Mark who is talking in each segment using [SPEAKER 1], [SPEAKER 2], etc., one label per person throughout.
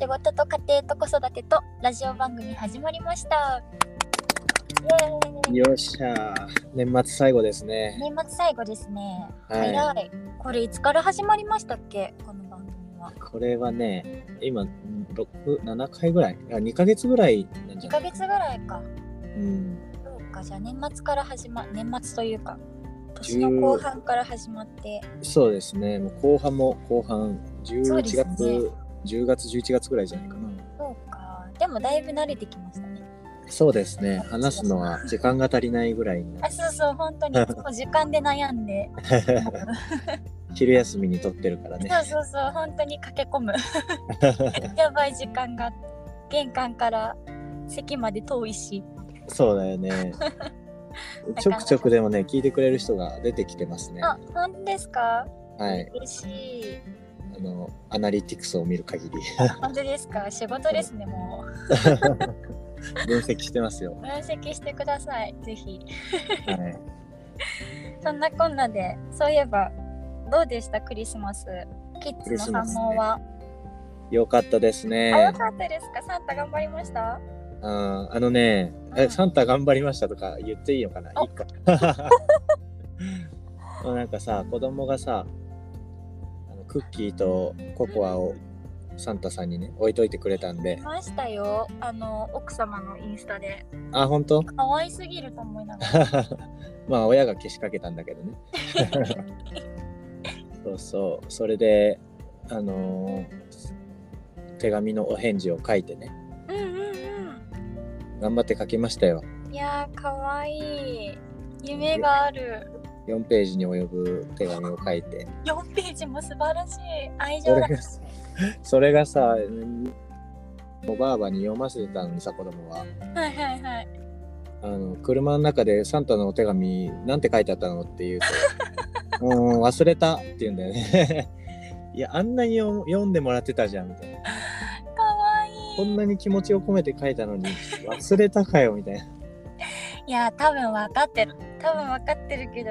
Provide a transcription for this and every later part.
[SPEAKER 1] 仕事と家庭と子育てとラジオ番組始まりましたイエーイ
[SPEAKER 2] よっしゃー。年末最後ですね。
[SPEAKER 1] 年末最後ですね、
[SPEAKER 2] はい
[SPEAKER 1] 早いこれいつから始まりましたっけこの番組は
[SPEAKER 2] これはね、今、6、7回ぐらい、あ2ヶ月ぐらいなんじ
[SPEAKER 1] 2
[SPEAKER 2] ゃ
[SPEAKER 1] ヶ
[SPEAKER 2] ない
[SPEAKER 1] 月ぐらいか
[SPEAKER 2] うん。
[SPEAKER 1] そうかじゃあ年末から始ま年末というか年の後半から始まって
[SPEAKER 2] そうですね。もう後半も後半、
[SPEAKER 1] そう
[SPEAKER 2] 11
[SPEAKER 1] で
[SPEAKER 2] 月、
[SPEAKER 1] すね
[SPEAKER 2] 10月、11月ぐらいじゃないかな。
[SPEAKER 1] そうかでもだいぶ慣れてきましたね
[SPEAKER 2] そうですね。話すのは時間が足りないぐらいにな
[SPEAKER 1] あ
[SPEAKER 2] る。
[SPEAKER 1] そうそう本当にいつも時間で悩んで
[SPEAKER 2] 昼休みに撮ってるからね。
[SPEAKER 1] そうそうそう本当に駆け 込むやばい時間が玄関から席まで遠いし
[SPEAKER 2] そうだ よね。ちょくちょくでもね、聞いてくれる人が出てきてますね。
[SPEAKER 1] あ本当ですか
[SPEAKER 2] はい。
[SPEAKER 1] 嬉しい
[SPEAKER 2] あの、アナリティクスを見る 限り、
[SPEAKER 1] 本当ですか仕事ですねもう
[SPEAKER 2] 分析してますよ。
[SPEAKER 1] 分析してくださいぜひ
[SPEAKER 2] はい。
[SPEAKER 1] そんなこんなでそういえばどうでしたクリスマスキッ
[SPEAKER 2] ク
[SPEAKER 1] ズ
[SPEAKER 2] リス
[SPEAKER 1] の
[SPEAKER 2] マスね
[SPEAKER 1] 反応は、
[SPEAKER 2] よかったです
[SPEAKER 1] あよ
[SPEAKER 2] ね。
[SPEAKER 1] かったですかサンタ頑張りました
[SPEAKER 2] ああのね、
[SPEAKER 1] う
[SPEAKER 2] え
[SPEAKER 1] ん
[SPEAKER 2] サンタ頑張りましたとか言っていいのかな
[SPEAKER 1] お
[SPEAKER 2] いいか。 もうなんかさ、子供がさ、あのクッキーとココアをサンタさんにね、置いといてくれたんで
[SPEAKER 1] い、ましたよあの奥様のインスタで
[SPEAKER 2] あ、本当
[SPEAKER 1] 可愛すぎると思いながら
[SPEAKER 2] まあ、親がけしかけたんだけどね。そうそう、それで、あのー手紙のお返事を書いてね、
[SPEAKER 1] うんうんう
[SPEAKER 2] 頑張って書きましたよ。
[SPEAKER 1] んいやー可愛い夢がある
[SPEAKER 2] 4ページに及ぶ手紙を書いて。
[SPEAKER 1] 4ページも素晴らしい愛
[SPEAKER 2] そ
[SPEAKER 1] 情
[SPEAKER 2] れ
[SPEAKER 1] だ
[SPEAKER 2] がそれがさおばあばに読ませてたのにさ子供は
[SPEAKER 1] はいはいはい
[SPEAKER 2] あの車の中でサンタのお手紙なんて書いてあったのって言うと「うーん忘れた」って言うんだよね いやあんなに読読んでもらってたじゃんみたいな
[SPEAKER 1] 可愛
[SPEAKER 2] こん
[SPEAKER 1] い
[SPEAKER 2] なに気持ちを込めて書いたのに忘れたかよみたいない
[SPEAKER 1] やー多分分かってる多分分かってるけど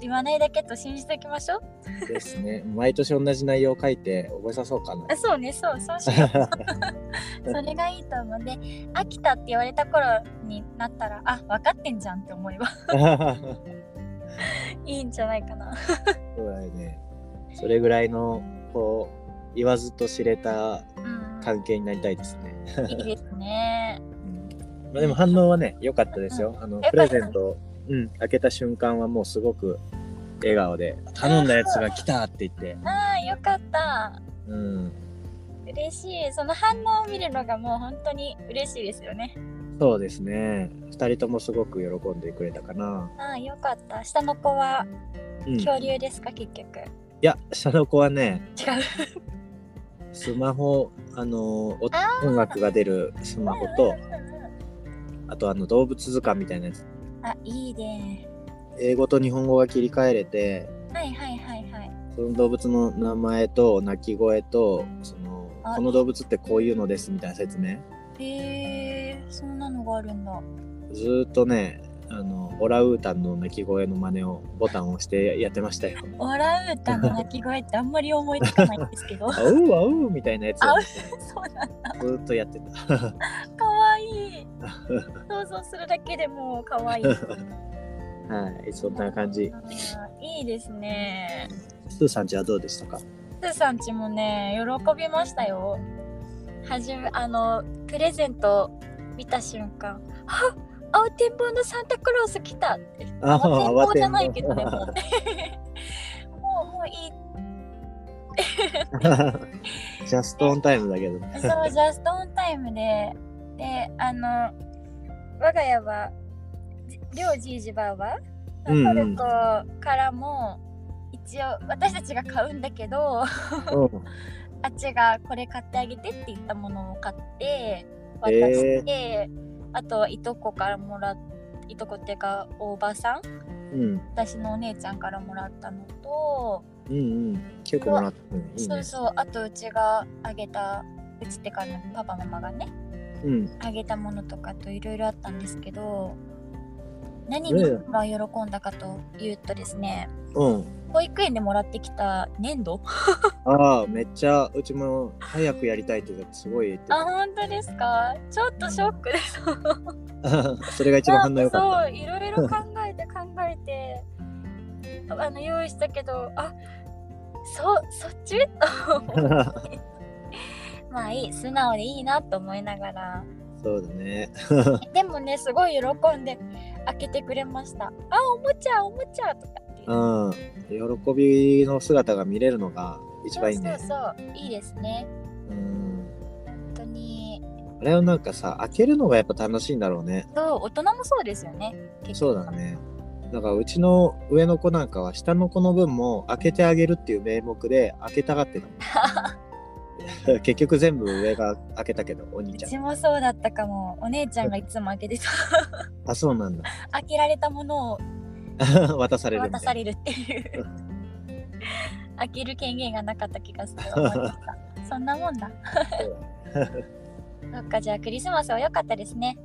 [SPEAKER 1] 言わないだけと信じておきましょう
[SPEAKER 2] ですね毎年同じ内容を書いて覚えさそうかな
[SPEAKER 1] あそうねそうそうしようそれがいいと思うね飽きたって言われた頃になったらあ分かってんじゃんって思えば いいんじゃないかな
[SPEAKER 2] そうだよねそれぐらいのこう言わずと知れた
[SPEAKER 1] うん
[SPEAKER 2] 関係になりたいですね
[SPEAKER 1] いいですね
[SPEAKER 2] まあ、でも反応はね良かったですよ。あの
[SPEAKER 1] かった
[SPEAKER 2] プレゼントを、うん、開けた瞬間はもうすごく笑顔で「頼んだやつが来た!」って言って、
[SPEAKER 1] ああよかった
[SPEAKER 2] うん、
[SPEAKER 1] 嬉しいその反応を見るのがもう本当に嬉しいですよね
[SPEAKER 2] そうですね2人ともすごく喜んでくれたかな。
[SPEAKER 1] ああよかった下の子は
[SPEAKER 2] うん、い
[SPEAKER 1] 恐竜ですか、結局違
[SPEAKER 2] や下の子はね
[SPEAKER 1] う
[SPEAKER 2] スマホあのお
[SPEAKER 1] あ
[SPEAKER 2] 音楽が出るスマホと
[SPEAKER 1] うんうんうん
[SPEAKER 2] あとあの動物図鑑みたいなやつ
[SPEAKER 1] あいいね
[SPEAKER 2] 英語と日本語が切り替えれて
[SPEAKER 1] はいはいはいはい
[SPEAKER 2] その動物の名前と鳴き声とその
[SPEAKER 1] あ
[SPEAKER 2] この動物ってこういうのですみたいな説明。
[SPEAKER 1] へえそんなのがあるんだ
[SPEAKER 2] ずーっとねあのオランウータンの鳴き声の真似をボタンを押してやってましたよ。
[SPEAKER 1] オランウータンの鳴き声ってあんまり思いつかないんですけ ど
[SPEAKER 2] あうあうみたいなやつを
[SPEAKER 1] あう
[SPEAKER 2] ず
[SPEAKER 1] そうなんだ
[SPEAKER 2] ーっとやってた。
[SPEAKER 1] かわい い想像するだけでもうかわいい
[SPEAKER 2] はいそんな感じ。
[SPEAKER 1] あーいいですね
[SPEAKER 2] スーさんちはどうでしたか。
[SPEAKER 1] すーさんちもね喜びましたよはじめあのプレゼント見た瞬間「あ青天望のサンタクロース来た!」って
[SPEAKER 2] あ
[SPEAKER 1] 青天望じゃないけ
[SPEAKER 2] ん
[SPEAKER 1] ど
[SPEAKER 2] 坊
[SPEAKER 1] ねもうねもうもういい
[SPEAKER 2] ジャストオンタイムだけどね。
[SPEAKER 1] そうジャストオンタイムでであの我が家はじ両じいじばあばト
[SPEAKER 2] うんうん
[SPEAKER 1] ルコからも一応私たちが買うんだけど
[SPEAKER 2] うん
[SPEAKER 1] あっちがこれ買ってあげてって言ったものを買って渡
[SPEAKER 2] えー
[SPEAKER 1] して、あとはいとこからもらっいとこっていうかおばさん
[SPEAKER 2] うん
[SPEAKER 1] 私のお姉ちゃんからもらったのと、
[SPEAKER 2] うんうん結構もらった。うんい い
[SPEAKER 1] そう
[SPEAKER 2] ね。
[SPEAKER 1] そうあとうちがあげたうちってかねパパママがね
[SPEAKER 2] うん
[SPEAKER 1] あげたものとかといろいろあったんですけど何に
[SPEAKER 2] うん
[SPEAKER 1] が喜んだかというとですね、
[SPEAKER 2] うん
[SPEAKER 1] 保育園でもらってきた粘 土
[SPEAKER 2] ああ、めっちゃ、うちも早くやりたいって言ってすごい言って
[SPEAKER 1] あ本当ですかちょっとショックです
[SPEAKER 2] た。 それが一番反応良かっ
[SPEAKER 1] そういろいろ考えて考えてあの用意したけどあそそっち
[SPEAKER 2] た。
[SPEAKER 1] まあいい素直でいいなと思いながら
[SPEAKER 2] そうだね。
[SPEAKER 1] でもねすごい喜んで開けてくれましたあおもちゃおもちゃとかっていう
[SPEAKER 2] うん。喜びの姿が見れるのが一番いいね
[SPEAKER 1] そう。そうそういいですね
[SPEAKER 2] うん。
[SPEAKER 1] 本当に
[SPEAKER 2] あれはなんかさ、開けるのがやっぱ楽しいんだろうね。
[SPEAKER 1] そう大人もそうですよね結
[SPEAKER 2] そう
[SPEAKER 1] 局
[SPEAKER 2] だね。だからうちの上の子なんかは下の子の分も開けてあげるっていう名目で開けたがってた もん。結局全部上が開けたけど、お兄
[SPEAKER 1] う
[SPEAKER 2] ちゃん
[SPEAKER 1] ち。もそうだったかもお姉ちゃんがいつも開けてた
[SPEAKER 2] あ、そうなんだ。
[SPEAKER 1] 開けられたものを
[SPEAKER 2] 渡されるみた
[SPEAKER 1] 渡
[SPEAKER 2] い
[SPEAKER 1] されるっていう開ける権限がなかった気が する思いましたそんなもんだ そっかじゃあクリスマスは良かったですねね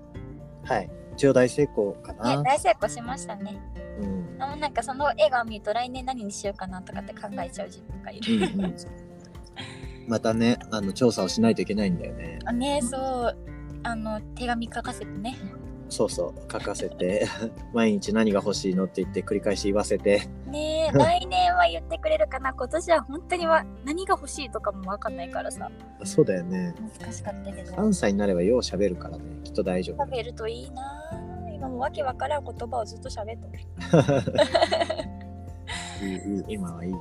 [SPEAKER 2] はい。一応大成功かな。
[SPEAKER 1] 大成功しましたね
[SPEAKER 2] うん。
[SPEAKER 1] あもうなんかその笑顔見ると来年何にしようかなとかって考えちゃう自分がいる
[SPEAKER 2] うんうん。またね、あの調査をしないといけないんだよね。
[SPEAKER 1] あねそうあの手紙書かせてね
[SPEAKER 2] そうそう、書かせて、 毎日何が欲しいのって言って繰り返し言わせて。
[SPEAKER 1] ねえ来年は言ってくれるかな今年は本当には何が欲しいとかも分かんないからさ
[SPEAKER 2] そうだよね。
[SPEAKER 1] 難しかったけど
[SPEAKER 2] 3歳になればよう喋るからね、きっと大丈夫。
[SPEAKER 1] 食べるといいなあ今もわけわからん言葉をずっと喋ってる
[SPEAKER 2] いいいい今はいいわ。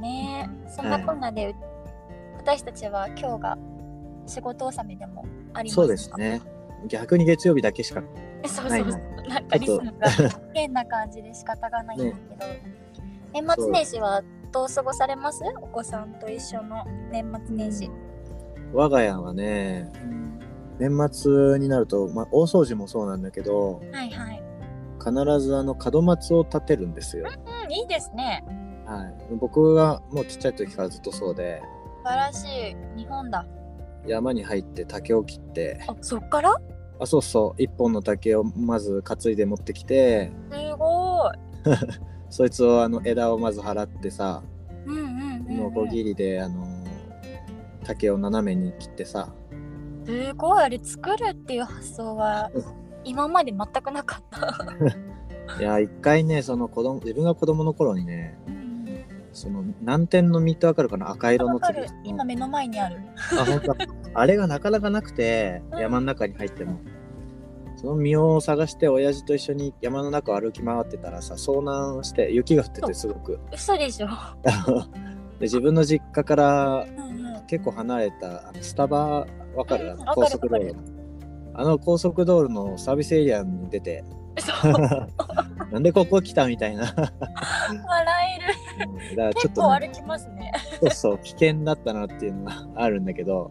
[SPEAKER 1] ねえそんなこんなで、私たちは今日が仕事納めでもあります
[SPEAKER 2] そうですね。逆に月曜日だけしか。
[SPEAKER 1] えそうそうそう
[SPEAKER 2] な
[SPEAKER 1] な
[SPEAKER 2] い
[SPEAKER 1] んかリスムが変な感じで仕方がないんだけど、年末年始はどう過ごされますお子さんと一緒の年末年始、
[SPEAKER 2] 我が家はね、
[SPEAKER 1] うん
[SPEAKER 2] 年末になると、まあ、大掃除もそうなんだけど、
[SPEAKER 1] はいはい、
[SPEAKER 2] 必ずあの門松を立てるんですよ。
[SPEAKER 1] うん、いいですね
[SPEAKER 2] はい、僕がもうちっちゃい時からずっとそうで
[SPEAKER 1] 素晴らしい日本だ
[SPEAKER 2] 山に入って竹を切って
[SPEAKER 1] あそっから
[SPEAKER 2] あそうそう一本の竹をまず担いで持ってきて
[SPEAKER 1] すごい
[SPEAKER 2] そいつをあの枝をまず払ってさ
[SPEAKER 1] うんうんうん、
[SPEAKER 2] ノコギリであの竹を斜めに切ってさ
[SPEAKER 1] すごいあれ作るっていう発想は
[SPEAKER 2] うん
[SPEAKER 1] 今まで全くなかった、
[SPEAKER 2] いや一回ねその子供自分が子供の頃にねその南天の実ってわかるかな赤色
[SPEAKER 1] わ
[SPEAKER 2] の
[SPEAKER 1] か
[SPEAKER 2] 粒
[SPEAKER 1] る今目の前にある
[SPEAKER 2] あ本当あれがなかなかなくて山の中に入ってもその実を探して親父と一緒に山の中を歩き回ってたらさ遭難して雪が降っててすごく
[SPEAKER 1] 嘘でしょ、
[SPEAKER 2] で自分の実家から
[SPEAKER 1] うんうん、
[SPEAKER 2] 結構離れたあのスタバわか
[SPEAKER 1] うん
[SPEAKER 2] るあの
[SPEAKER 1] わかる
[SPEAKER 2] 高速道
[SPEAKER 1] わ
[SPEAKER 2] 路あの高速道路のサービスエリアに 出て
[SPEAKER 1] 嘘
[SPEAKER 2] なんでここ来たみ たいな
[SPEAKER 1] 笑える
[SPEAKER 2] うんだからちょ
[SPEAKER 1] 結
[SPEAKER 2] っ
[SPEAKER 1] 構
[SPEAKER 2] と、
[SPEAKER 1] 歩きますね
[SPEAKER 2] そうそう危険だったなっていうのがあるんだけど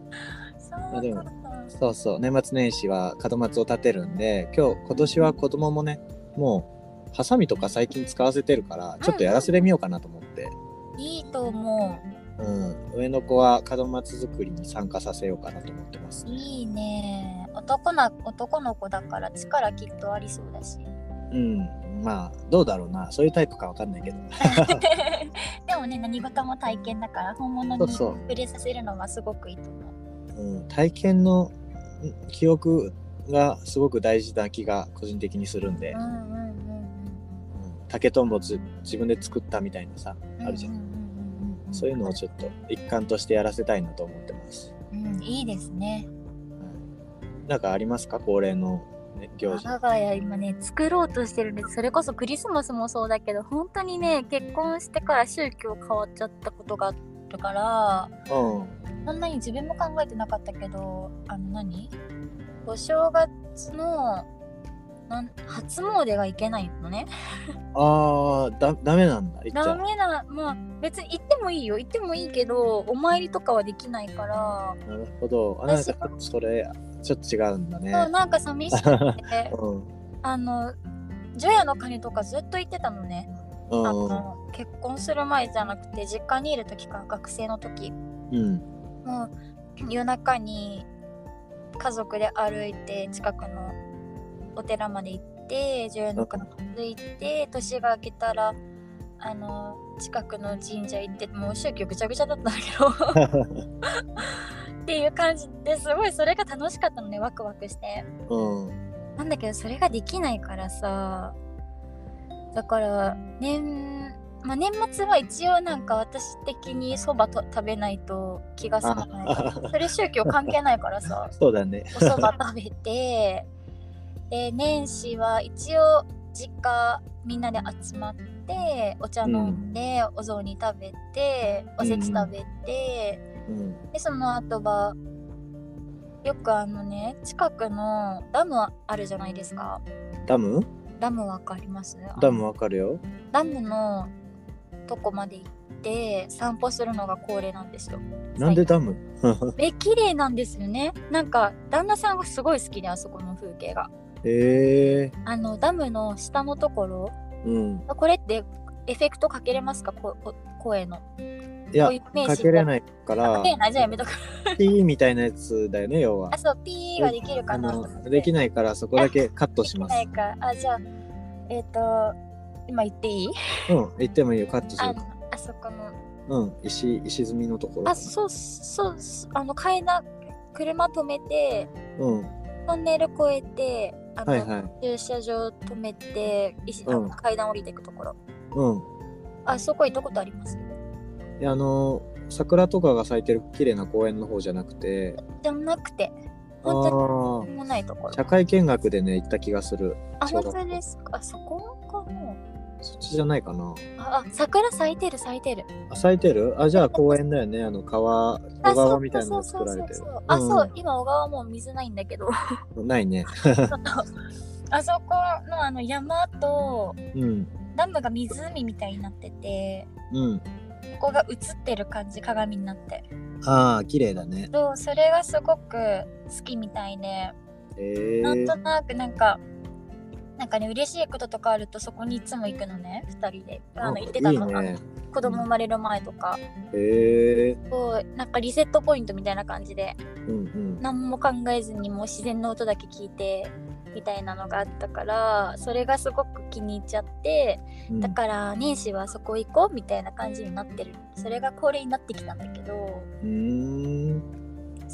[SPEAKER 1] そう
[SPEAKER 2] あでも
[SPEAKER 1] なんだ
[SPEAKER 2] そうそう年末年始は門松を立てるんで今日今年は子供もねもうハサミとか最近使わせてるからちょっとやらせてみようかなと思って、
[SPEAKER 1] いいと思
[SPEAKER 2] うん、上の子は門松作りに参加させようかなと思ってます
[SPEAKER 1] う。いいね。男な男の子だから力きっとありそう だし。
[SPEAKER 2] うんまあどうだろうなそういうタイプかわかんないけど
[SPEAKER 1] でもね何事も体験だから本物
[SPEAKER 2] そ
[SPEAKER 1] に
[SPEAKER 2] うそ
[SPEAKER 1] 触れさせるのはすごくいいと思う。
[SPEAKER 2] う、うん、体験のん記憶がすごく大事な気が個人的にするんで、
[SPEAKER 1] う
[SPEAKER 2] うん
[SPEAKER 1] んうんうん
[SPEAKER 2] 竹とんぼつ自分で作ったみたいなさ
[SPEAKER 1] うん。
[SPEAKER 2] あるじゃん、
[SPEAKER 1] うんうんうんうんうん。
[SPEAKER 2] そういうのをちょっと一環としてやらせたいなと思ってます。
[SPEAKER 1] うんいいですね。
[SPEAKER 2] なんかありますか恒例の、ね、行事。
[SPEAKER 1] 我が家今ね作ろうとしてるんですそれこそクリスマスもそうだけど本当にね結婚してから宗教変わっちゃったことがあるから
[SPEAKER 2] うん。
[SPEAKER 1] そんなに自分も考えてなかったけどあの何お正月のなん初詣が行けないのね
[SPEAKER 2] ああ、だ、ダメなんだ。いっちゃ
[SPEAKER 1] ダ
[SPEAKER 2] う。
[SPEAKER 1] メなまあ別に行ってもいいよ行ってもいいけどお参りとかはできないから、
[SPEAKER 2] なるほど。あ、なんか、それ、ちょっと違うんだね
[SPEAKER 1] そう。なんか寂しくて
[SPEAKER 2] うん。
[SPEAKER 1] あの除夜の鐘とかずっと行ってたのね
[SPEAKER 2] う
[SPEAKER 1] あ
[SPEAKER 2] ん。
[SPEAKER 1] の結婚する前じゃなくて実家にいる時か学生の時
[SPEAKER 2] うん。
[SPEAKER 1] もう夜中に家族で歩いて近くのお寺まで行って十夜の鐘ついて年が明けたらあの近くの神社行ってもう宗教ぐちゃぐちゃだったんだけどっていう感じですごいそれが楽しかったのねワクワクして
[SPEAKER 2] うん。
[SPEAKER 1] なんだけどそれができないからさだから年,、まあ、年末は一応なんか私的にそばと食べないと気が済まない
[SPEAKER 2] あ
[SPEAKER 1] それ宗教関係ないから さ
[SPEAKER 2] そうだね。
[SPEAKER 1] お蕎麦食べてで年始は一応実家みんなで集まってお茶飲んで、お雑煮食べておせち食べて、
[SPEAKER 2] うん。
[SPEAKER 1] でその後はよくあのね近くのダムあるじゃないですか
[SPEAKER 2] ダム
[SPEAKER 1] ダムわかります
[SPEAKER 2] ダムわかるよ。
[SPEAKER 1] ダムのとこまで行って散歩するのが恒例なんですよ
[SPEAKER 2] なんでダム
[SPEAKER 1] え綺麗なんですよねなんか旦那さんがすごい好きであそこの風景が
[SPEAKER 2] ええ
[SPEAKER 1] あのダムの下のところ
[SPEAKER 2] うん。
[SPEAKER 1] これってエフェクトかけれますかここ声の
[SPEAKER 2] いや
[SPEAKER 1] こう、いう名詞
[SPEAKER 2] かけれ
[SPEAKER 1] い
[SPEAKER 2] ない
[SPEAKER 1] か
[SPEAKER 2] か、
[SPEAKER 1] らけれないじゃあやめとく
[SPEAKER 2] ピーみたいなやつだよね、要は
[SPEAKER 1] あ。そうピーができるかな
[SPEAKER 2] あ
[SPEAKER 1] と
[SPEAKER 2] の
[SPEAKER 1] 思って
[SPEAKER 2] できないから、そこだけカットします
[SPEAKER 1] な。いかあじゃあえっ、と今言っていい
[SPEAKER 2] うん。言ってもいいよ、カットす
[SPEAKER 1] あ
[SPEAKER 2] る
[SPEAKER 1] の
[SPEAKER 2] か
[SPEAKER 1] あそこの
[SPEAKER 2] ら。うん。石、石積みのところ。
[SPEAKER 1] あそうそうあの階段車止めて
[SPEAKER 2] うん。
[SPEAKER 1] トンネル越えてあの、
[SPEAKER 2] はいはい。
[SPEAKER 1] 駐車場止めて石
[SPEAKER 2] うん
[SPEAKER 1] 階段降りていくところ
[SPEAKER 2] うん。
[SPEAKER 1] あそこ行ったことあります
[SPEAKER 2] いやあの桜とかが咲いてる綺麗な公園の方じゃなくて
[SPEAKER 1] じゃなくて
[SPEAKER 2] あ
[SPEAKER 1] 本当に
[SPEAKER 2] あ
[SPEAKER 1] 何もないところ
[SPEAKER 2] 社会見学でね行った気がする
[SPEAKER 1] あ、
[SPEAKER 2] 小
[SPEAKER 1] 本
[SPEAKER 2] 学校
[SPEAKER 1] 当ですか。あそこかも。
[SPEAKER 2] そっちじゃないかな
[SPEAKER 1] あ、あ桜咲いてる咲いてる。
[SPEAKER 2] あ咲いてるあじゃあ公園だよねあの川
[SPEAKER 1] あ、
[SPEAKER 2] 小
[SPEAKER 1] そ
[SPEAKER 2] 川
[SPEAKER 1] う
[SPEAKER 2] みたいな
[SPEAKER 1] そ
[SPEAKER 2] の
[SPEAKER 1] うそ
[SPEAKER 2] 作
[SPEAKER 1] う
[SPEAKER 2] られ
[SPEAKER 1] そう
[SPEAKER 2] てる
[SPEAKER 1] そう。あ、そう。今小川もう水ないんだけど。
[SPEAKER 2] うんないね
[SPEAKER 1] あそこのあの山と
[SPEAKER 2] うん
[SPEAKER 1] ダムが湖みたいになってて、
[SPEAKER 2] うん
[SPEAKER 1] ここが映ってる感じ鏡になって。
[SPEAKER 2] ああ綺麗だね
[SPEAKER 1] そう、それがすごく好きみたいね。
[SPEAKER 2] ええ
[SPEAKER 1] なんと
[SPEAKER 2] ー、
[SPEAKER 1] なくなんか。なんかね嬉しいこととかあるとそこにいつも行くのね2人であの行ってたのが、
[SPEAKER 2] いいね
[SPEAKER 1] 子供生まれる前とか
[SPEAKER 2] ええ
[SPEAKER 1] こうなんかリセットポイントみたいな感じで
[SPEAKER 2] ー、うんうん
[SPEAKER 1] 何も考えずにもう自然の音だけ聞いてみたいなのがあったからそれがすごく気に入っちゃって
[SPEAKER 2] うん
[SPEAKER 1] だから年始はそこ行こうみたいな感じになってるそれが恒例になってきたんだけど
[SPEAKER 2] うーん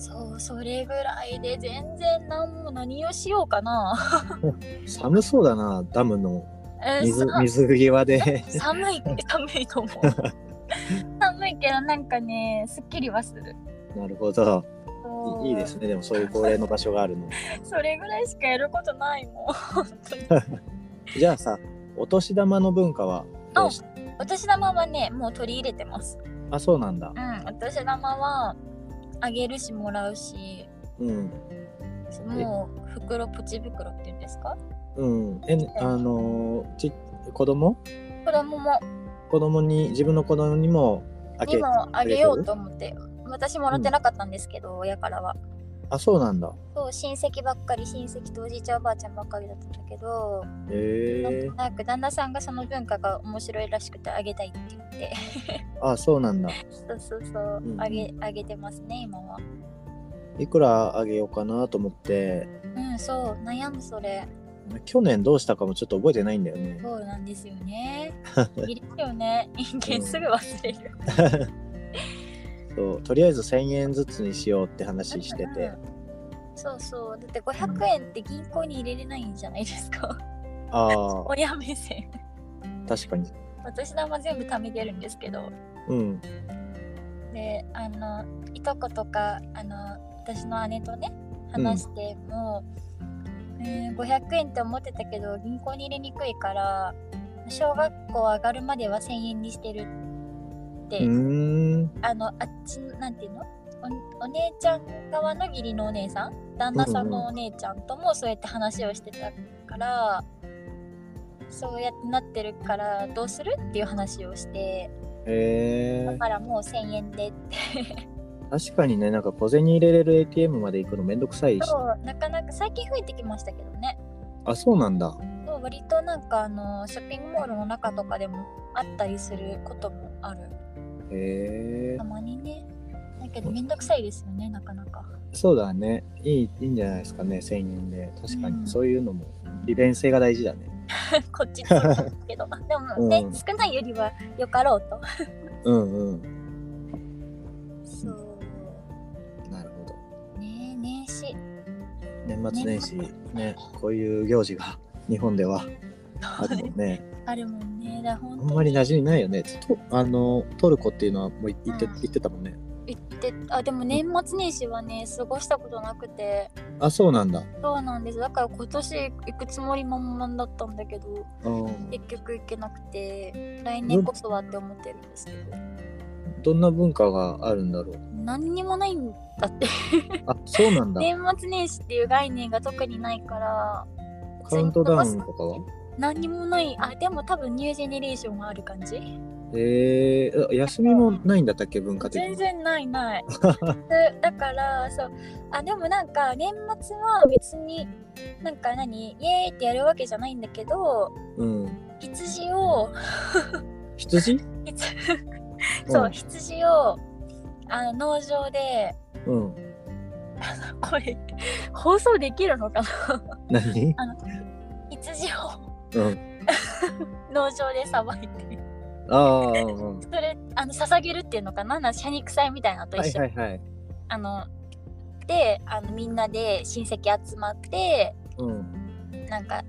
[SPEAKER 1] そうそれぐらいで全然何も何をしようかな
[SPEAKER 2] 寒そうだなダムの
[SPEAKER 1] えー
[SPEAKER 2] 水
[SPEAKER 1] さ
[SPEAKER 2] 水際で
[SPEAKER 1] 寒い寒いと思う 寒いけどなんかねすっきりはする
[SPEAKER 2] なるほど
[SPEAKER 1] そう
[SPEAKER 2] いいいですねでもそういう公園の場所があるの
[SPEAKER 1] それぐらいしかやることないもん 本当に
[SPEAKER 2] じゃあさ、お年玉の文化はどうし
[SPEAKER 1] お年玉はねもう取り入れてます
[SPEAKER 2] あ、そうなんだ
[SPEAKER 1] う。ん、お年玉はあげるしもらうし
[SPEAKER 2] うん。
[SPEAKER 1] もう袋ポチ袋っていうんですか
[SPEAKER 2] うん。え、あのーち、子供
[SPEAKER 1] 子供も
[SPEAKER 2] 子供に、自分の子供にも開
[SPEAKER 1] に
[SPEAKER 2] け
[SPEAKER 1] もあげようと思って私もらってなかったんですけど、親からは
[SPEAKER 2] あ、そうなんだ。
[SPEAKER 1] そう親戚ばっかり親戚とおじいちゃんおばあちゃんばっかりだったんだけど、
[SPEAKER 2] へえ
[SPEAKER 1] なんとなく旦那さんがその文化が面白いらしくてあげたいって言って
[SPEAKER 2] あ、そうなんだ。
[SPEAKER 1] そうそうそう
[SPEAKER 2] うん
[SPEAKER 1] あげあげてますね今はい
[SPEAKER 2] くらあげようかなと思って、
[SPEAKER 1] うんそう悩むそれ
[SPEAKER 2] 去年どうしたかもちょっと覚えてないんだよね。
[SPEAKER 1] そうなんですよ ねいるよね人間すぐ忘れる
[SPEAKER 2] そうとりあえず1000円ずつにしようって話して
[SPEAKER 1] う
[SPEAKER 2] て
[SPEAKER 1] ん。そうそうだって500円って銀行に入れれないんじゃないですか
[SPEAKER 2] ああ、
[SPEAKER 1] 親目線
[SPEAKER 2] 確かに。
[SPEAKER 1] お年玉全部貯めてるんですけど
[SPEAKER 2] うん。
[SPEAKER 1] であのいとことかあの私の姉とね話しても、うーん、500円って思ってたけど銀行に入れにくいから小学校上がるまでは1000円にしてるって、
[SPEAKER 2] うーん。
[SPEAKER 1] あのあっちなんていうのおお姉ちゃん側の義理のお姉さん旦那さんのお姉ちゃんともそうやって話をしてたから、そうやってなってるからどうするっていう話をして
[SPEAKER 2] へえ
[SPEAKER 1] だからもう1000円でって
[SPEAKER 2] 確かにね、なんか小銭入れれる ATM まで行くのめんどくさいし。
[SPEAKER 1] そうなかなか最近増えてきましたけどね
[SPEAKER 2] あ、そうなんだ。
[SPEAKER 1] そう割となんかあのショッピングモールの中とかでもあったりすることもある
[SPEAKER 2] へえ
[SPEAKER 1] た。まにねだけどめんどくさいですよねなかなか
[SPEAKER 2] そうだね。いい、いいんじゃないですかね、1000円で。確か
[SPEAKER 1] うん
[SPEAKER 2] に。そういうのも、利便性が大事だね。
[SPEAKER 1] こっちに来るけど でもね、
[SPEAKER 2] うん
[SPEAKER 1] 少ないよりはよかろうと
[SPEAKER 2] うんうん。
[SPEAKER 1] そう
[SPEAKER 2] なるほど。
[SPEAKER 1] ねえ年始
[SPEAKER 2] 年末年始、ね、こういう行事が日本ではあるもんね。
[SPEAKER 1] あるもんねだから
[SPEAKER 2] あ
[SPEAKER 1] 本
[SPEAKER 2] ん
[SPEAKER 1] 当
[SPEAKER 2] ま
[SPEAKER 1] に
[SPEAKER 2] り馴染みないよね。とあのトルコっていうのはもう言って,、
[SPEAKER 1] うん
[SPEAKER 2] 言ってたもんね。
[SPEAKER 1] 行ってあでも年末年始はね過ごしたことなくて
[SPEAKER 2] あ、そうなんだ。
[SPEAKER 1] そうなんですだから今年行くつもり満々だったんだけど
[SPEAKER 2] あー
[SPEAKER 1] 結局行けなくて来年こそはって思ってるんですけど
[SPEAKER 2] どんな文化があるんだろう。
[SPEAKER 1] 何にもないんだって
[SPEAKER 2] あ、そうなんだ。
[SPEAKER 1] 年末年始っていう概念が特にないから
[SPEAKER 2] カウントダウンとかは
[SPEAKER 1] 何にもないあでも多分ニュージェネレーションがある感じ
[SPEAKER 2] えー、あ休みもないんだったっけ文化的
[SPEAKER 1] 全
[SPEAKER 2] に。
[SPEAKER 1] 然ない ないでだからそうあでもなんか年末は別になんか何イエーイってやるわけじゃないんだけど
[SPEAKER 2] うん。
[SPEAKER 1] 羊を
[SPEAKER 2] 羊？
[SPEAKER 1] 羊そう羊をあの農場で
[SPEAKER 2] うん。うん。
[SPEAKER 1] これ放送できるのかな
[SPEAKER 2] 何？
[SPEAKER 1] 羊を
[SPEAKER 2] うん。
[SPEAKER 1] 農場でさばいて
[SPEAKER 2] ああー、うん。
[SPEAKER 1] それあの捧げるっていうのかななんか謝肉祭みたいなのと一緒
[SPEAKER 2] はいはいはい。
[SPEAKER 1] あのであのみんなで親戚集まって
[SPEAKER 2] うん。
[SPEAKER 1] なんか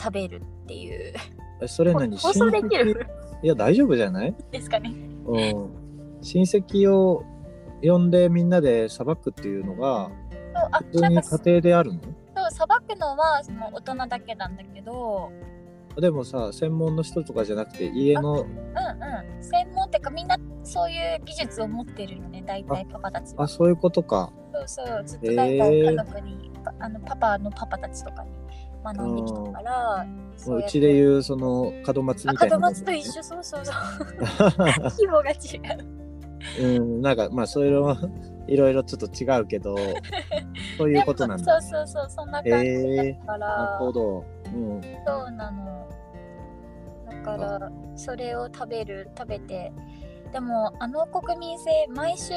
[SPEAKER 1] 食べるっていう
[SPEAKER 2] えそれ何？
[SPEAKER 1] 放送できる
[SPEAKER 2] いや大丈夫じゃない？
[SPEAKER 1] ですかね
[SPEAKER 2] うん。親戚を呼んでみんなでさばくっていうの
[SPEAKER 1] そ
[SPEAKER 2] が
[SPEAKER 1] うあ
[SPEAKER 2] 普通
[SPEAKER 1] なん
[SPEAKER 2] に
[SPEAKER 1] か
[SPEAKER 2] 家
[SPEAKER 1] そう
[SPEAKER 2] 庭であるの？
[SPEAKER 1] さばくのはその大人だけなんだけど
[SPEAKER 2] でもさ専門の人とかじゃなくて家の
[SPEAKER 1] うんうん専門っていうかみんなそういう技術を持ってるよね大体パパたちは
[SPEAKER 2] あそういうことか。
[SPEAKER 1] そうそうずっと大体家族に、あのパパのパパたちとかに学んできたからそう
[SPEAKER 2] う
[SPEAKER 1] やって
[SPEAKER 2] ちでいうその門松
[SPEAKER 1] あ
[SPEAKER 2] みたいな
[SPEAKER 1] 門
[SPEAKER 2] もん
[SPEAKER 1] 松
[SPEAKER 2] だ
[SPEAKER 1] と
[SPEAKER 2] よね、
[SPEAKER 1] 一緒そうそうそう 規模が違う
[SPEAKER 2] うん、なんかまあそういうのいろいろちょっと違う けどそういうことなんだ。
[SPEAKER 1] でもそうそうそう、そんな感じだか
[SPEAKER 2] なる
[SPEAKER 1] ら、
[SPEAKER 2] ほど。うん、
[SPEAKER 1] そうなの。だから、それを食べる、食べて。でも、あの国民性、毎週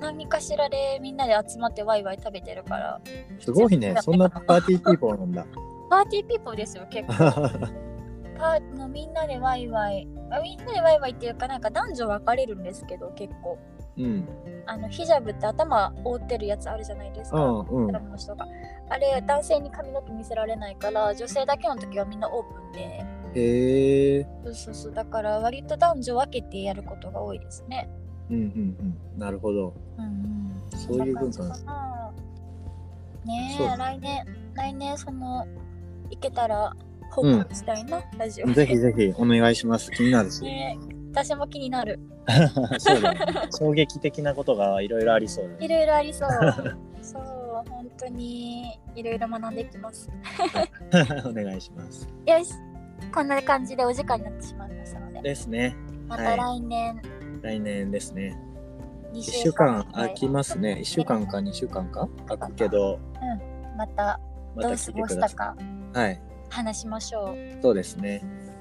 [SPEAKER 1] 何かしらでみんなで集まってワイワイ食べてるから。
[SPEAKER 2] すごいね
[SPEAKER 1] 普通
[SPEAKER 2] そんな
[SPEAKER 1] だね
[SPEAKER 2] パーティーピーポーなんだ。
[SPEAKER 1] パーティーピーポーですよ、結構。 パーもうみんなでワイワイ。あみんなでワイワイっていうか、なんか男女分かれるんですけど、結構。
[SPEAKER 2] うん
[SPEAKER 1] あの、ヒジャブって頭覆ってるやつあるじゃないです
[SPEAKER 2] う
[SPEAKER 1] か。
[SPEAKER 2] んうん
[SPEAKER 1] クラブの人があれ男性に髪の毛見せられないから女性だけの時はみんなオープンで
[SPEAKER 2] へえ
[SPEAKER 1] そうそうそうだから割と男女分けてやることが多いですね
[SPEAKER 2] うんうんうんなるほど。
[SPEAKER 1] うん、
[SPEAKER 2] そういう文化なん
[SPEAKER 1] な感
[SPEAKER 2] です
[SPEAKER 1] じかなね
[SPEAKER 2] そう
[SPEAKER 1] え来年来年その行けたら報告したいな、ラジオ
[SPEAKER 2] ぜひぜひお願いします気になるし。
[SPEAKER 1] ねえ私も気になる
[SPEAKER 2] そうだ ね衝撃的なことがいろいろありそうだ
[SPEAKER 1] い
[SPEAKER 2] ね。
[SPEAKER 1] ろいろあり そうそう本当にいろいろ学んできます
[SPEAKER 2] お願いします。
[SPEAKER 1] よしこんな感じでお時間になってしまいましたので
[SPEAKER 2] ですね。
[SPEAKER 1] また来年
[SPEAKER 2] 来年ですね。
[SPEAKER 1] 2
[SPEAKER 2] 1週間空きますね。1週間か2週間か空くけど、
[SPEAKER 1] また
[SPEAKER 2] また
[SPEAKER 1] どう
[SPEAKER 2] 来
[SPEAKER 1] 過
[SPEAKER 2] て
[SPEAKER 1] ご
[SPEAKER 2] く
[SPEAKER 1] し
[SPEAKER 2] だ
[SPEAKER 1] た
[SPEAKER 2] さ
[SPEAKER 1] か
[SPEAKER 2] い。はい。
[SPEAKER 1] 話しましょう。
[SPEAKER 2] そうですね。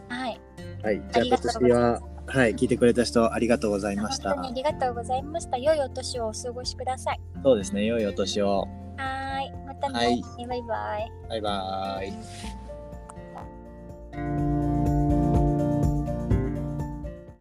[SPEAKER 1] はい。
[SPEAKER 2] はい。
[SPEAKER 1] あ
[SPEAKER 2] じゃあ
[SPEAKER 1] りが
[SPEAKER 2] 今
[SPEAKER 1] とう
[SPEAKER 2] 年
[SPEAKER 1] ございま
[SPEAKER 2] は
[SPEAKER 1] す。、
[SPEAKER 2] はい、聞いてくれた人ありがとうございまし
[SPEAKER 1] 本当にあ
[SPEAKER 2] た。
[SPEAKER 1] りがとうございました。良いお年をお過ごしください。
[SPEAKER 2] そうですね。良いお年を。
[SPEAKER 1] はーい。またね。
[SPEAKER 2] はい
[SPEAKER 1] バイバイ。
[SPEAKER 2] バイバーイ。